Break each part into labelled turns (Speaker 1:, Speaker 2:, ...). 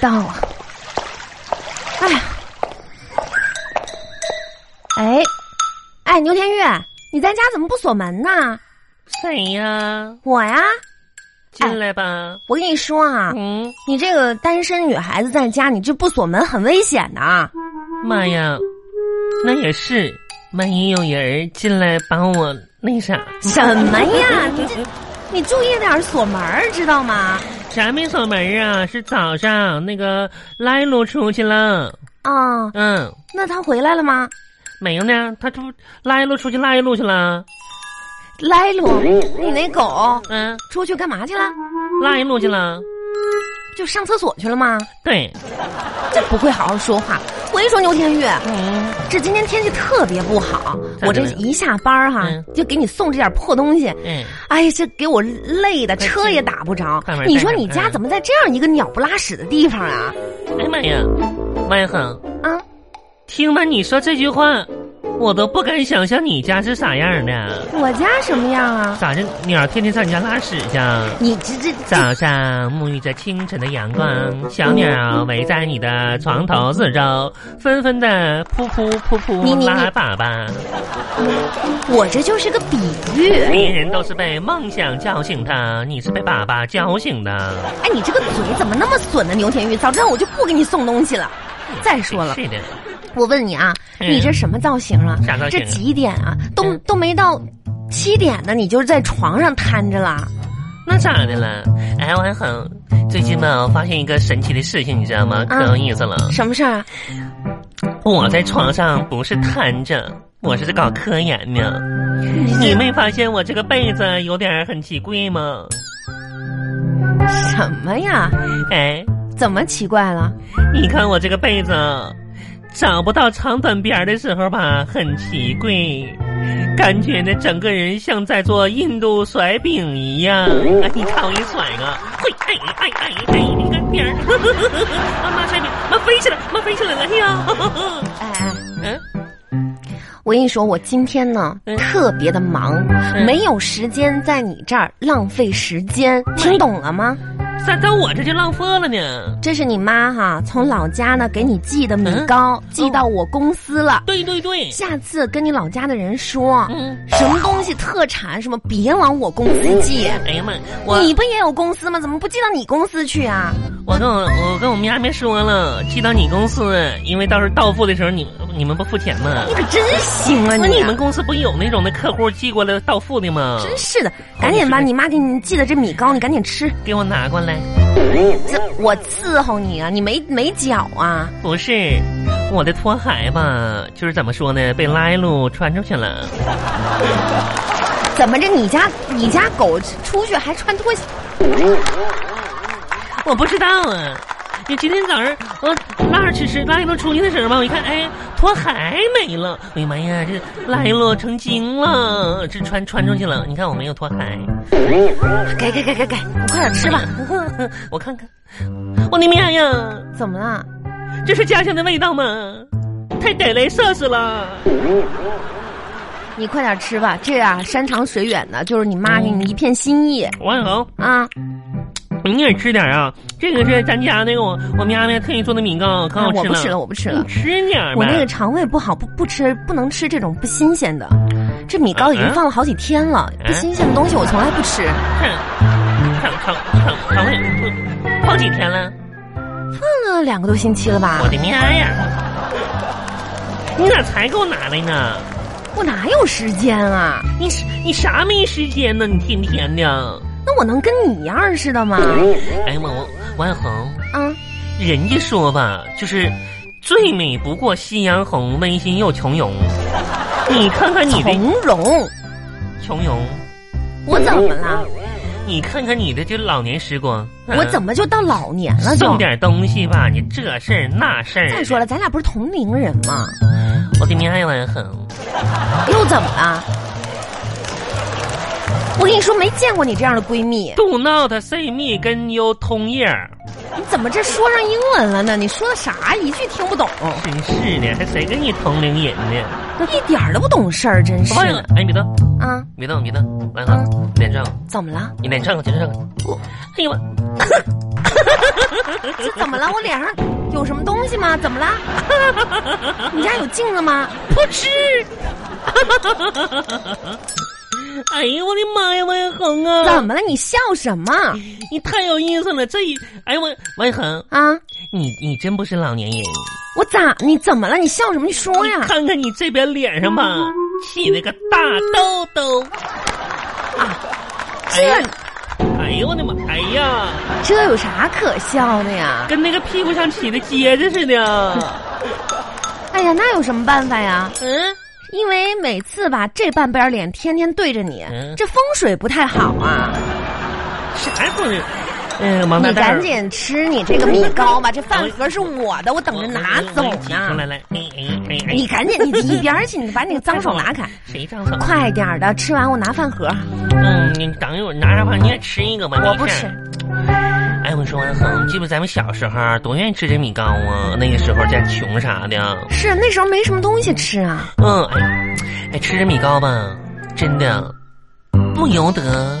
Speaker 1: 到了。哎呀，哎，哎，牛天玉，你在家怎么不锁门呢？
Speaker 2: 谁呀？
Speaker 1: 我呀，
Speaker 2: 啊进来吧。
Speaker 1: 我跟你说啊，
Speaker 2: 嗯，
Speaker 1: 你这个单身女孩子在家，你这不锁门很危险的。
Speaker 2: 妈呀，那也是，万一有人进来把我那啥，
Speaker 1: 什么呀？你这，你注意点锁门儿，知道吗？
Speaker 2: 啥没锁门啊？是早上那个赖露出去了。
Speaker 1: 啊、
Speaker 2: 嗯，
Speaker 1: 那他回来了吗？
Speaker 2: 没有呢，他这不赖露出去赖露去了。
Speaker 1: 莱罗，你那狗
Speaker 2: 嗯，
Speaker 1: 出去干嘛去了？
Speaker 2: 赖露去了。
Speaker 1: 就上厕所去了吗？
Speaker 2: 对，
Speaker 1: 这不会好好说话。我跟你说，牛天玉，
Speaker 2: 嗯，
Speaker 1: 这今天天气特别不好，
Speaker 2: 咋
Speaker 1: 我这
Speaker 2: 的了
Speaker 1: 一下班儿哈、
Speaker 2: 嗯
Speaker 1: 就给你送这点破东西。
Speaker 2: 哎，
Speaker 1: 哎，这给我累的，车也打不着
Speaker 2: 快。点
Speaker 1: 你说你
Speaker 2: 快点
Speaker 1: 家怎么在这样一个鸟不拉屎的地方啊？
Speaker 2: 哎妈呀，万恒，
Speaker 1: 啊，
Speaker 2: 听完你说这句话，我都不敢想象你家是啥样的。
Speaker 1: 我家什么样啊？
Speaker 2: 咋这鸟天天上你家拉屎去？啊？
Speaker 1: 你这这这
Speaker 2: 早上沐浴着清晨的阳光，小鸟围在你的床头四周，纷纷的扑扑扑
Speaker 1: 你
Speaker 2: 扑
Speaker 1: 你
Speaker 2: 拉粑粑。
Speaker 1: 我这就是个比喻。
Speaker 2: 别人都是被梦想叫醒的，你是被粑粑叫醒的。
Speaker 1: 哎，你这个嘴怎么那么损呢，牛田玉？早知道我就不给你送东西了。再说了，
Speaker 2: 是的，
Speaker 1: 我问你啊，
Speaker 2: 嗯
Speaker 1: 你这什么造型啊？
Speaker 2: 啥造型
Speaker 1: 这几点啊？都
Speaker 2: 嗯
Speaker 1: 都没到七点呢，你就是在床上瘫着了。
Speaker 2: 那咋的了？哎，王恒，最近嘛，我发现一个神奇的事情，你知道吗？
Speaker 1: 啊
Speaker 2: 可有意思了。
Speaker 1: 什么事儿啊？
Speaker 2: 我在床上不是瘫着，我是在搞科研呢。你
Speaker 1: 你
Speaker 2: 没发现我这个被子有点儿很奇怪吗？
Speaker 1: 什么呀？
Speaker 2: 哎，
Speaker 1: 怎么奇怪了？
Speaker 2: 你看我这个被子，找不到长短边儿的时候吧，很奇怪，感觉呢整个人像在做印度甩饼一样。哎、你看我一甩啊，嘿，哎哎哎哎，你看边儿， 呵呵呵呵妈甩饼，妈飞起来，妈飞起来了，哎呀， 呵呵呵
Speaker 1: 哎哎，
Speaker 2: 嗯，
Speaker 1: 我跟你说，我今天呢
Speaker 2: 嗯
Speaker 1: 特别的忙，没有时间在你这儿浪费时间，
Speaker 2: 嗯
Speaker 1: 听懂了吗？
Speaker 2: 在在我这就浪费了呢。
Speaker 1: 这是你妈哈从老家呢给你寄的米糕，
Speaker 2: 嗯
Speaker 1: 寄到我公司了。
Speaker 2: 对对对，
Speaker 1: 下次跟你老家的人说，
Speaker 2: 嗯，
Speaker 1: 什么东西特产什么，别往我公司寄。
Speaker 2: 哎呀妈，我
Speaker 1: 你不也有公司吗？怎么不寄到你公司去啊？
Speaker 2: 我跟我我跟我们家没说了，寄到你公司，因为到时候到付的时候你你们不付钱吗？
Speaker 1: 你可真行啊
Speaker 2: 那
Speaker 1: 你！
Speaker 2: 你们公司不有那种的客户寄过来到付的吗？
Speaker 1: 真是的，赶紧把你妈给你寄的这米糕，你赶紧吃。
Speaker 2: 给我拿过来。
Speaker 1: 这我伺候你啊，你没没脚啊？
Speaker 2: 不是，我的拖鞋吧，就是怎么说呢，被拉路穿出去了。
Speaker 1: 怎么着？你家你家狗出去还穿拖鞋？
Speaker 2: 我不知道啊，你今天早上我拉着吃吃拉一路出去的时候吧，我一看，哎，拖鞋没了。哎呀妈呀，这拉一路成精了，这穿穿出去了。你看我没有拖鞋，
Speaker 1: 给给给给给，你快点吃吧。
Speaker 2: 我看看，我的妈呀，
Speaker 1: 怎么了？
Speaker 2: 这是家乡的味道吗？太得雷瑟死了。
Speaker 1: 你快点吃吧，这啊山长水远的，就是你妈给你一片心意
Speaker 2: 王恒。
Speaker 1: 啊。
Speaker 2: 你也吃点啊！这个是咱家那个我我妈妈特意做的米糕，可
Speaker 1: 啊
Speaker 2: 好
Speaker 1: 我
Speaker 2: 吃嗯
Speaker 1: 不吃了，
Speaker 2: 了。
Speaker 1: 我不吃
Speaker 2: 你
Speaker 1: 了，
Speaker 2: 吃点儿呗。
Speaker 1: 我那个肠胃不好，不不吃，不能吃这种不新鲜的。这米糕已经放了好几天了，
Speaker 2: 嗯
Speaker 1: 不新鲜的东西我从来不吃。
Speaker 2: 哼肠肠肠肠胃不放几天了？
Speaker 1: 放了两个多星期了吧
Speaker 2: 我？的妈呀！你咋才给我拿来呢？
Speaker 1: 我哪有时间啊？
Speaker 2: 你是你啥没时间呢？你天天的。
Speaker 1: 那我能跟你一样似的吗？
Speaker 2: 哎呀妈，我万恒，
Speaker 1: 啊，
Speaker 2: 人家说吧，就是最美不过夕阳红，温馨又从容。你看看你的
Speaker 1: 从容。
Speaker 2: 从容，
Speaker 1: 我怎么
Speaker 2: 哎
Speaker 1: 了？
Speaker 2: 你看看你的这老年时光。嗯
Speaker 1: 我怎
Speaker 2: 么？
Speaker 1: 么就到老年了就
Speaker 2: 送？点东西吧，你这事儿那事儿。
Speaker 1: 再说了，咱俩不是同龄人吗？
Speaker 2: 我的妈呀，我很，
Speaker 1: 又怎么了？我跟你说，没见过你这样的闺蜜，
Speaker 2: Do not say me 跟 you 通夜儿，
Speaker 1: 你怎么这说上英文了呢？你说的啥？一句听不懂，
Speaker 2: 真是的，还谁跟你同龄人呢？
Speaker 1: 一点儿都不懂事儿，真是
Speaker 2: 忘了
Speaker 1: 的，
Speaker 2: 哎，别动，
Speaker 1: 啊！
Speaker 2: 别动，别动，来好，脸正，
Speaker 1: 怎么了？
Speaker 2: 你脸正，脸正，
Speaker 1: 我
Speaker 2: 哎呦我，
Speaker 1: 这怎么了？我脸上有什么东西吗？怎么啦？ 你家有镜子吗？
Speaker 2: 不吃。哎呦我的妈呀，万恒啊
Speaker 1: 怎！么了？你笑什么
Speaker 2: 你太有意思了，这一哎我万恒，
Speaker 1: 啊？
Speaker 2: 你你真不是老年人。
Speaker 1: 我咋？你怎么了？你笑什么？你说呀！嗯
Speaker 2: 看看你这边脸上吧，起了个大痘痘。哎呀
Speaker 1: 啊这
Speaker 2: 哎呦我的妈！哎呀，
Speaker 1: 这有啥可笑的呀？
Speaker 2: 跟那个屁股上起的结子似的。
Speaker 1: 哎呀，那有什么办法呀？
Speaker 2: 嗯，
Speaker 1: 因为每次吧，这半边脸天天对着你
Speaker 2: 嗯，
Speaker 1: 这风水不太好啊。
Speaker 2: 啥不是？嗯，王大
Speaker 1: 你
Speaker 2: 蛋儿
Speaker 1: 赶紧吃你这个米糕吧，这饭盒是我的，我等着拿走
Speaker 2: 我我我挤出
Speaker 1: 呢。
Speaker 2: 来了，哎哎哎哎，
Speaker 1: 哦你赶紧，你一边儿去，你把你的脏手 拿开，
Speaker 2: 谁张手？
Speaker 1: 快点儿的，吃完我拿饭盒。
Speaker 2: 嗯，你等一会儿拿着吧，你也吃一个吧。
Speaker 1: 我
Speaker 2: 没
Speaker 1: 不
Speaker 2: 事
Speaker 1: 吃
Speaker 2: 儿。哎，我说王恒，记不咱们小时候多愿意吃这米糕啊？那个时候家穷啥的。
Speaker 1: 是那时候没什么东西吃啊。
Speaker 2: 嗯，哎，哎，吃着米糕吧，真的，不由得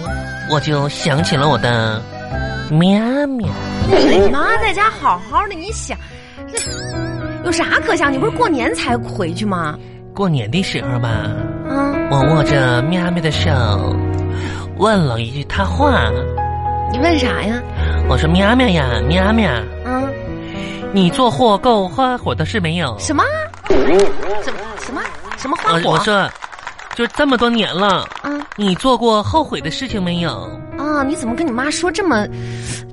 Speaker 2: 我就想起了我的喵喵。
Speaker 1: 你妈哎在家好好的，你想这有啥可想？你不是过年才回去吗？
Speaker 2: 过年的时候吧，
Speaker 1: 啊，
Speaker 2: 我握着喵喵的手，问了一句他话，
Speaker 1: 你问啥呀？
Speaker 2: 我说喵喵呀，喵喵，
Speaker 1: 啊，
Speaker 2: 你做货购花火的事没有？
Speaker 1: 什么？什么什么什么花
Speaker 2: 嗯啊我
Speaker 1: 火
Speaker 2: 我？说，就这么多年了，
Speaker 1: 啊
Speaker 2: 你做过后悔的事情没有？
Speaker 1: 啊！你怎么跟你妈说这么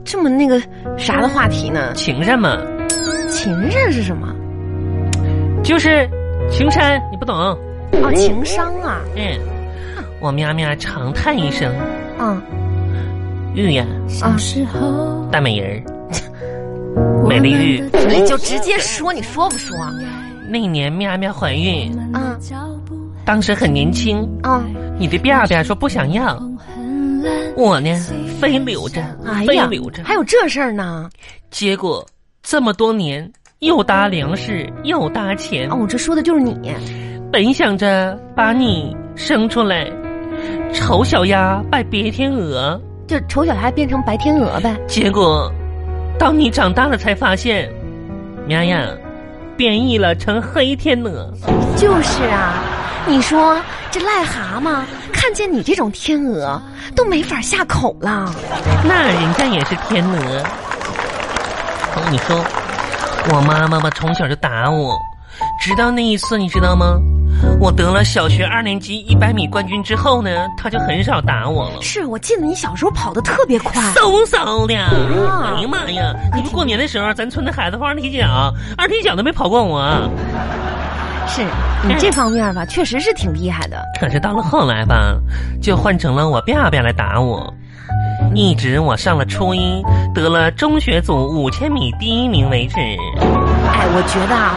Speaker 1: 这么那个啥的话题呢？
Speaker 2: 情人嘛，
Speaker 1: 情人是什么？
Speaker 2: 就是情深，你不懂。
Speaker 1: 哦，情商啊，
Speaker 2: 嗯，我喵喵长叹一声，
Speaker 1: 嗯
Speaker 2: 玉呀，
Speaker 1: 啊，
Speaker 2: 大美人儿，美丽玉。
Speaker 1: 你就直接说，你说不说啊？
Speaker 2: 那年喵喵怀孕，
Speaker 1: 啊
Speaker 2: 当时很年轻，
Speaker 1: 啊！
Speaker 2: 你的便便说不想要，我呢非留着
Speaker 1: 哎，
Speaker 2: 非
Speaker 1: 呀
Speaker 2: 留着，
Speaker 1: 还有这事儿呢？
Speaker 2: 结果这么多年。又搭粮食，又搭钱
Speaker 1: 啊，，我这说的就是你。
Speaker 2: 本想着把你生出来，丑小鸭拜白天鹅，
Speaker 1: 就丑小鸭变成白天鹅呗。
Speaker 2: 结果当你长大了才发现，喵呀，变异了成黑天鹅。
Speaker 1: 就是啊，你说这癞蛤蟆看见你这种天鹅都没法下口了。
Speaker 2: 那人家也是天鹅。哦，你说，我妈妈吧，从小就打我，直到那一次，你知道吗？我得了小学二年级一百米冠军之后呢，她就很少打我了。
Speaker 1: 是我记得你小时候跑得特别快，
Speaker 2: 嗖嗖的，哎呀妈呀！你们过年的时候，咱村的孩子放二踢脚，二踢脚都没跑过我。
Speaker 1: 是你这方面吧，确实是挺厉害的。
Speaker 2: 可是到了后来吧，就换成了我爸爸来打我。一直我上了初一，得了中学组五千米第一名为止。
Speaker 1: 哎，我觉得啊，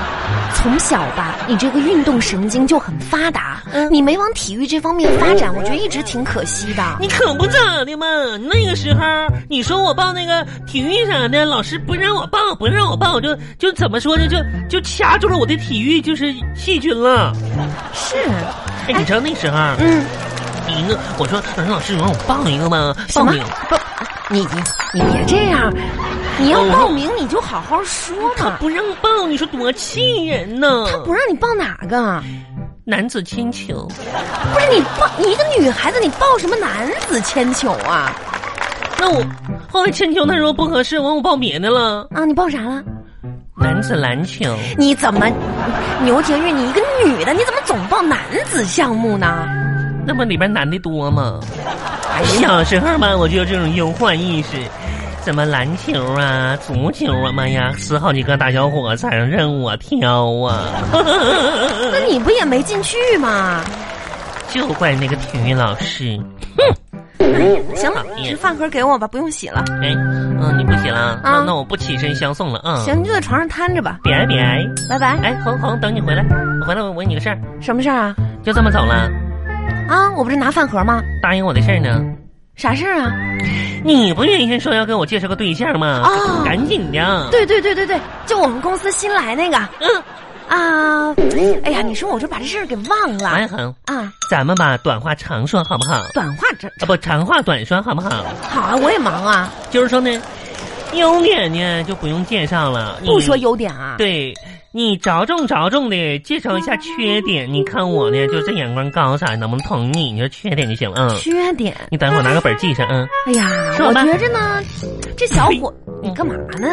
Speaker 1: 从小吧，你这个运动神经就很发达，你没往体育这方面发展，我觉得一直挺可惜的。
Speaker 2: 你可不咋的嘛！那个时候你说我报那个体育啥的，老师不让我报，不让我报，就就怎么说呢？就就掐住了我的体育就是细菌了。
Speaker 1: 是，
Speaker 2: 哎，你知道那时候
Speaker 1: 嗯，
Speaker 2: 一个我说老师老师，你让我报一个吗？
Speaker 1: 什
Speaker 2: 报
Speaker 1: 么
Speaker 2: 名。
Speaker 1: 不？你你你别这样，你要报名你就好好说
Speaker 2: 他
Speaker 1: 嘛。
Speaker 2: 不让报，你说多气人呢！
Speaker 1: 他不让你报哪个？
Speaker 2: 男子铅球，
Speaker 1: 不是你报你一个女孩子，你报什么男子铅球啊？
Speaker 2: 那我后来铅球他说不合适，完我报别的了，
Speaker 1: 啊，你报啥了？
Speaker 2: 男子篮球。
Speaker 1: 你怎么，牛廷玉，你一个女的，你怎么总报男子项目呢？
Speaker 2: 那不里边男的多吗？哎小时候吧，我就有这种忧患意识，什么篮球啊、足球啊，妈呀，十好几个大小伙子让任我挑啊，
Speaker 1: 那你不也没进去吗？
Speaker 2: 就怪那个体育老师。
Speaker 1: 行了，这饭盒给我吧，不用洗了。
Speaker 2: 哎，嗯、你不行了，那
Speaker 1: 啊
Speaker 2: 那我不起身相送了啊。
Speaker 1: 行，你就在床上瘫着吧。
Speaker 2: 别别，
Speaker 1: 拜拜。
Speaker 2: 哎，红红，等你回来，我回来我问你个事儿，
Speaker 1: 什么事儿啊？
Speaker 2: 就这么走了，
Speaker 1: 啊，我不是拿饭盒吗？
Speaker 2: 答应我的事儿呢？
Speaker 1: 啥事儿
Speaker 2: 嗯
Speaker 1: 啊？
Speaker 2: 你不原先说要给我介绍个对象吗？
Speaker 1: 哦
Speaker 2: 赶紧的。
Speaker 1: 对对对对对，就我们公司新来那个。
Speaker 2: 嗯，
Speaker 1: 啊，哎呀，你说我这把这事儿给忘了
Speaker 2: 还好，
Speaker 1: 啊。
Speaker 2: 咱们把短话长说好不好？啊，
Speaker 1: 短话这
Speaker 2: 不，长话短说好不好？
Speaker 1: 好啊，我也忙啊，
Speaker 2: 就是说呢，优点呢就不用介绍了，你
Speaker 1: 不说优点啊。
Speaker 2: 对你着重着重的介绍一下缺点。你看我呢，就这眼光高啥，能不能同意？你说缺点就行了。嗯，
Speaker 1: 缺点，
Speaker 2: 你等会儿拿个本记上啊。
Speaker 1: 哎呀，
Speaker 2: 说
Speaker 1: 我
Speaker 2: 吧
Speaker 1: 觉着呢，这小伙
Speaker 2: 嗯
Speaker 1: 你干嘛呢？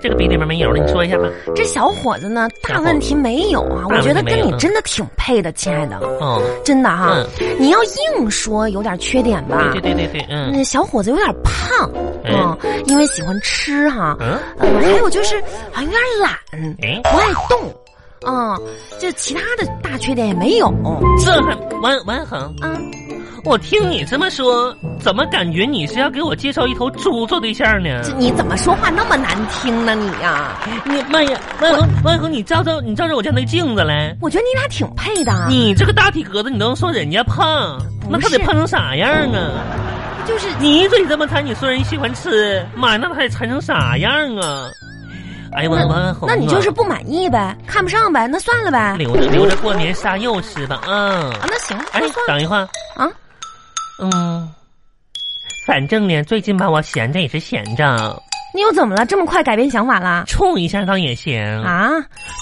Speaker 2: 这个鼻里面没油了，你说一下吧。
Speaker 1: 这小伙子呢，
Speaker 2: 小
Speaker 1: 大
Speaker 2: 伙
Speaker 1: 问题没有啊，
Speaker 2: 大
Speaker 1: 我觉得
Speaker 2: 问题没
Speaker 1: 跟
Speaker 2: 有
Speaker 1: 你真的挺配的，亲爱的，
Speaker 2: 哦，
Speaker 1: 真的哈
Speaker 2: 嗯。
Speaker 1: 你要硬说有点缺点吧，
Speaker 2: 对对对对，嗯
Speaker 1: 那小伙子有点胖
Speaker 2: 嗯
Speaker 1: 啊、因为喜欢吃哈、
Speaker 2: 嗯，
Speaker 1: 呃，还有就是啊，有点懒，
Speaker 2: 哎，
Speaker 1: 不爱动，啊、这其他的大缺点也没有
Speaker 2: 这还完完恒，
Speaker 1: 啊。
Speaker 2: 我听你这么说，怎么感觉你是要给我介绍一头猪做对象呢？
Speaker 1: 这你怎么说话那么难听呢？你呀、
Speaker 2: 你妈呀，万恒万恒，你照照你照照我家那个镜子来。
Speaker 1: 我觉得你俩挺配的，
Speaker 2: 你这个大体格子，你都能说人家胖，那他得
Speaker 1: 啊不是
Speaker 2: 胖成啥样啊？
Speaker 1: 就是
Speaker 2: 你一嘴这么馋，你说人喜欢吃，妈呀，那他得馋成啥样啊？哎呀，我我我，
Speaker 1: 那你就是不满意呗，看不上呗，那算了呗。啊，
Speaker 2: 留着留着过年杀肉吃吧啊！
Speaker 1: 那行，
Speaker 2: 哎
Speaker 1: 那，算了
Speaker 2: 等一会儿，
Speaker 1: 啊。
Speaker 2: 嗯，反正呢，最近吧，我闲着也是闲着，
Speaker 1: 你又怎么了？这么快改变想法啦？
Speaker 2: 处一下倒也行。
Speaker 1: 啊，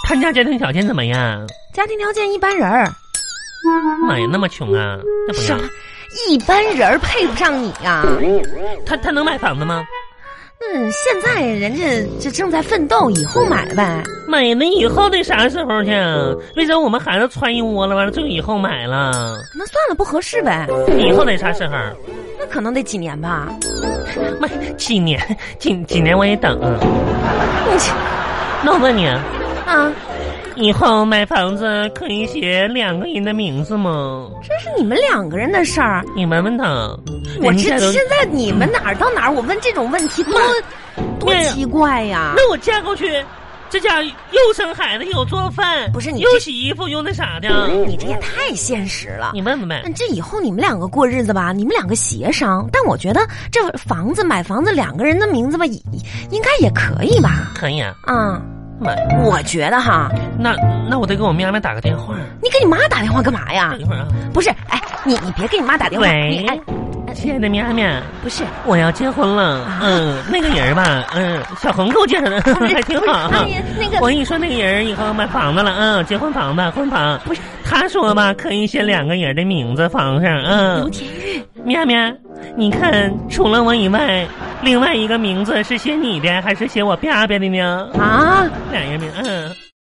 Speaker 2: 他家家庭条件怎么样？
Speaker 1: 家庭条件一般人儿，
Speaker 2: 妈呀，那么穷啊？那不
Speaker 1: 什
Speaker 2: 要
Speaker 1: 么一般人儿配不上你呀、
Speaker 2: 他他能买房子吗？
Speaker 1: 嗯，现在人家这正在奋斗，以后买呗。
Speaker 2: 买了以后得啥时候去啊？为啥我们孩子穿一窝了，完了就以后买了？
Speaker 1: 那算了，不合适呗。
Speaker 2: 以后得啥时候？
Speaker 1: 那可能得几年吧。
Speaker 2: 妈，几年 几几年我也等。
Speaker 1: 你这
Speaker 2: 那我问你，
Speaker 1: 哎啊，
Speaker 2: 以后买房子可以写两个人的名字吗？
Speaker 1: 这是你们两个人的事儿。
Speaker 2: 你问问他，
Speaker 1: 我
Speaker 2: 人
Speaker 1: 这
Speaker 2: 家都啊
Speaker 1: 现在你们哪儿到哪儿，我问这种问 题多多
Speaker 2: 对呀啊
Speaker 1: 奇怪呀！
Speaker 2: 那我嫁过去，这家又生孩子又做饭，
Speaker 1: 不是你
Speaker 2: 又
Speaker 1: 这
Speaker 2: 洗衣服又那啥的。
Speaker 1: 哎你这也太现实了。
Speaker 2: 你问问呗，
Speaker 1: 嗯，这以后你们两个过日子吧，你们两个协商。但我觉得这房子买房子两个人的名字吧，也应该也可以吧？
Speaker 2: 可以啊。
Speaker 1: 啊、
Speaker 2: 妈，
Speaker 1: 我觉得哈，
Speaker 2: 那那我得给我喵喵打个电话。
Speaker 1: 你给你妈打电话干嘛呀
Speaker 2: 等一？会儿啊，
Speaker 1: 不是，哎，你你别给你妈打电话，
Speaker 2: 喂
Speaker 1: 你哎，哎
Speaker 2: 亲爱的喵喵，
Speaker 1: 不是，
Speaker 2: 我要结婚了。
Speaker 1: 啊
Speaker 2: 嗯，那个人吧，嗯，小红给我介绍 的，
Speaker 1: 不是
Speaker 2: 还挺好。
Speaker 1: 哎那也那个
Speaker 2: 我跟你说，那个人以后买房子了，嗯，结婚房子，婚房。
Speaker 1: 不是
Speaker 2: 他说吧，可以写两个人的名字房上，嗯
Speaker 1: 刘，田玉，
Speaker 2: 喵喵，你看，除了我以外，另外一个名字是写你的还是写我吧吧的呢？
Speaker 1: 啊。
Speaker 2: 俩人名，嗯。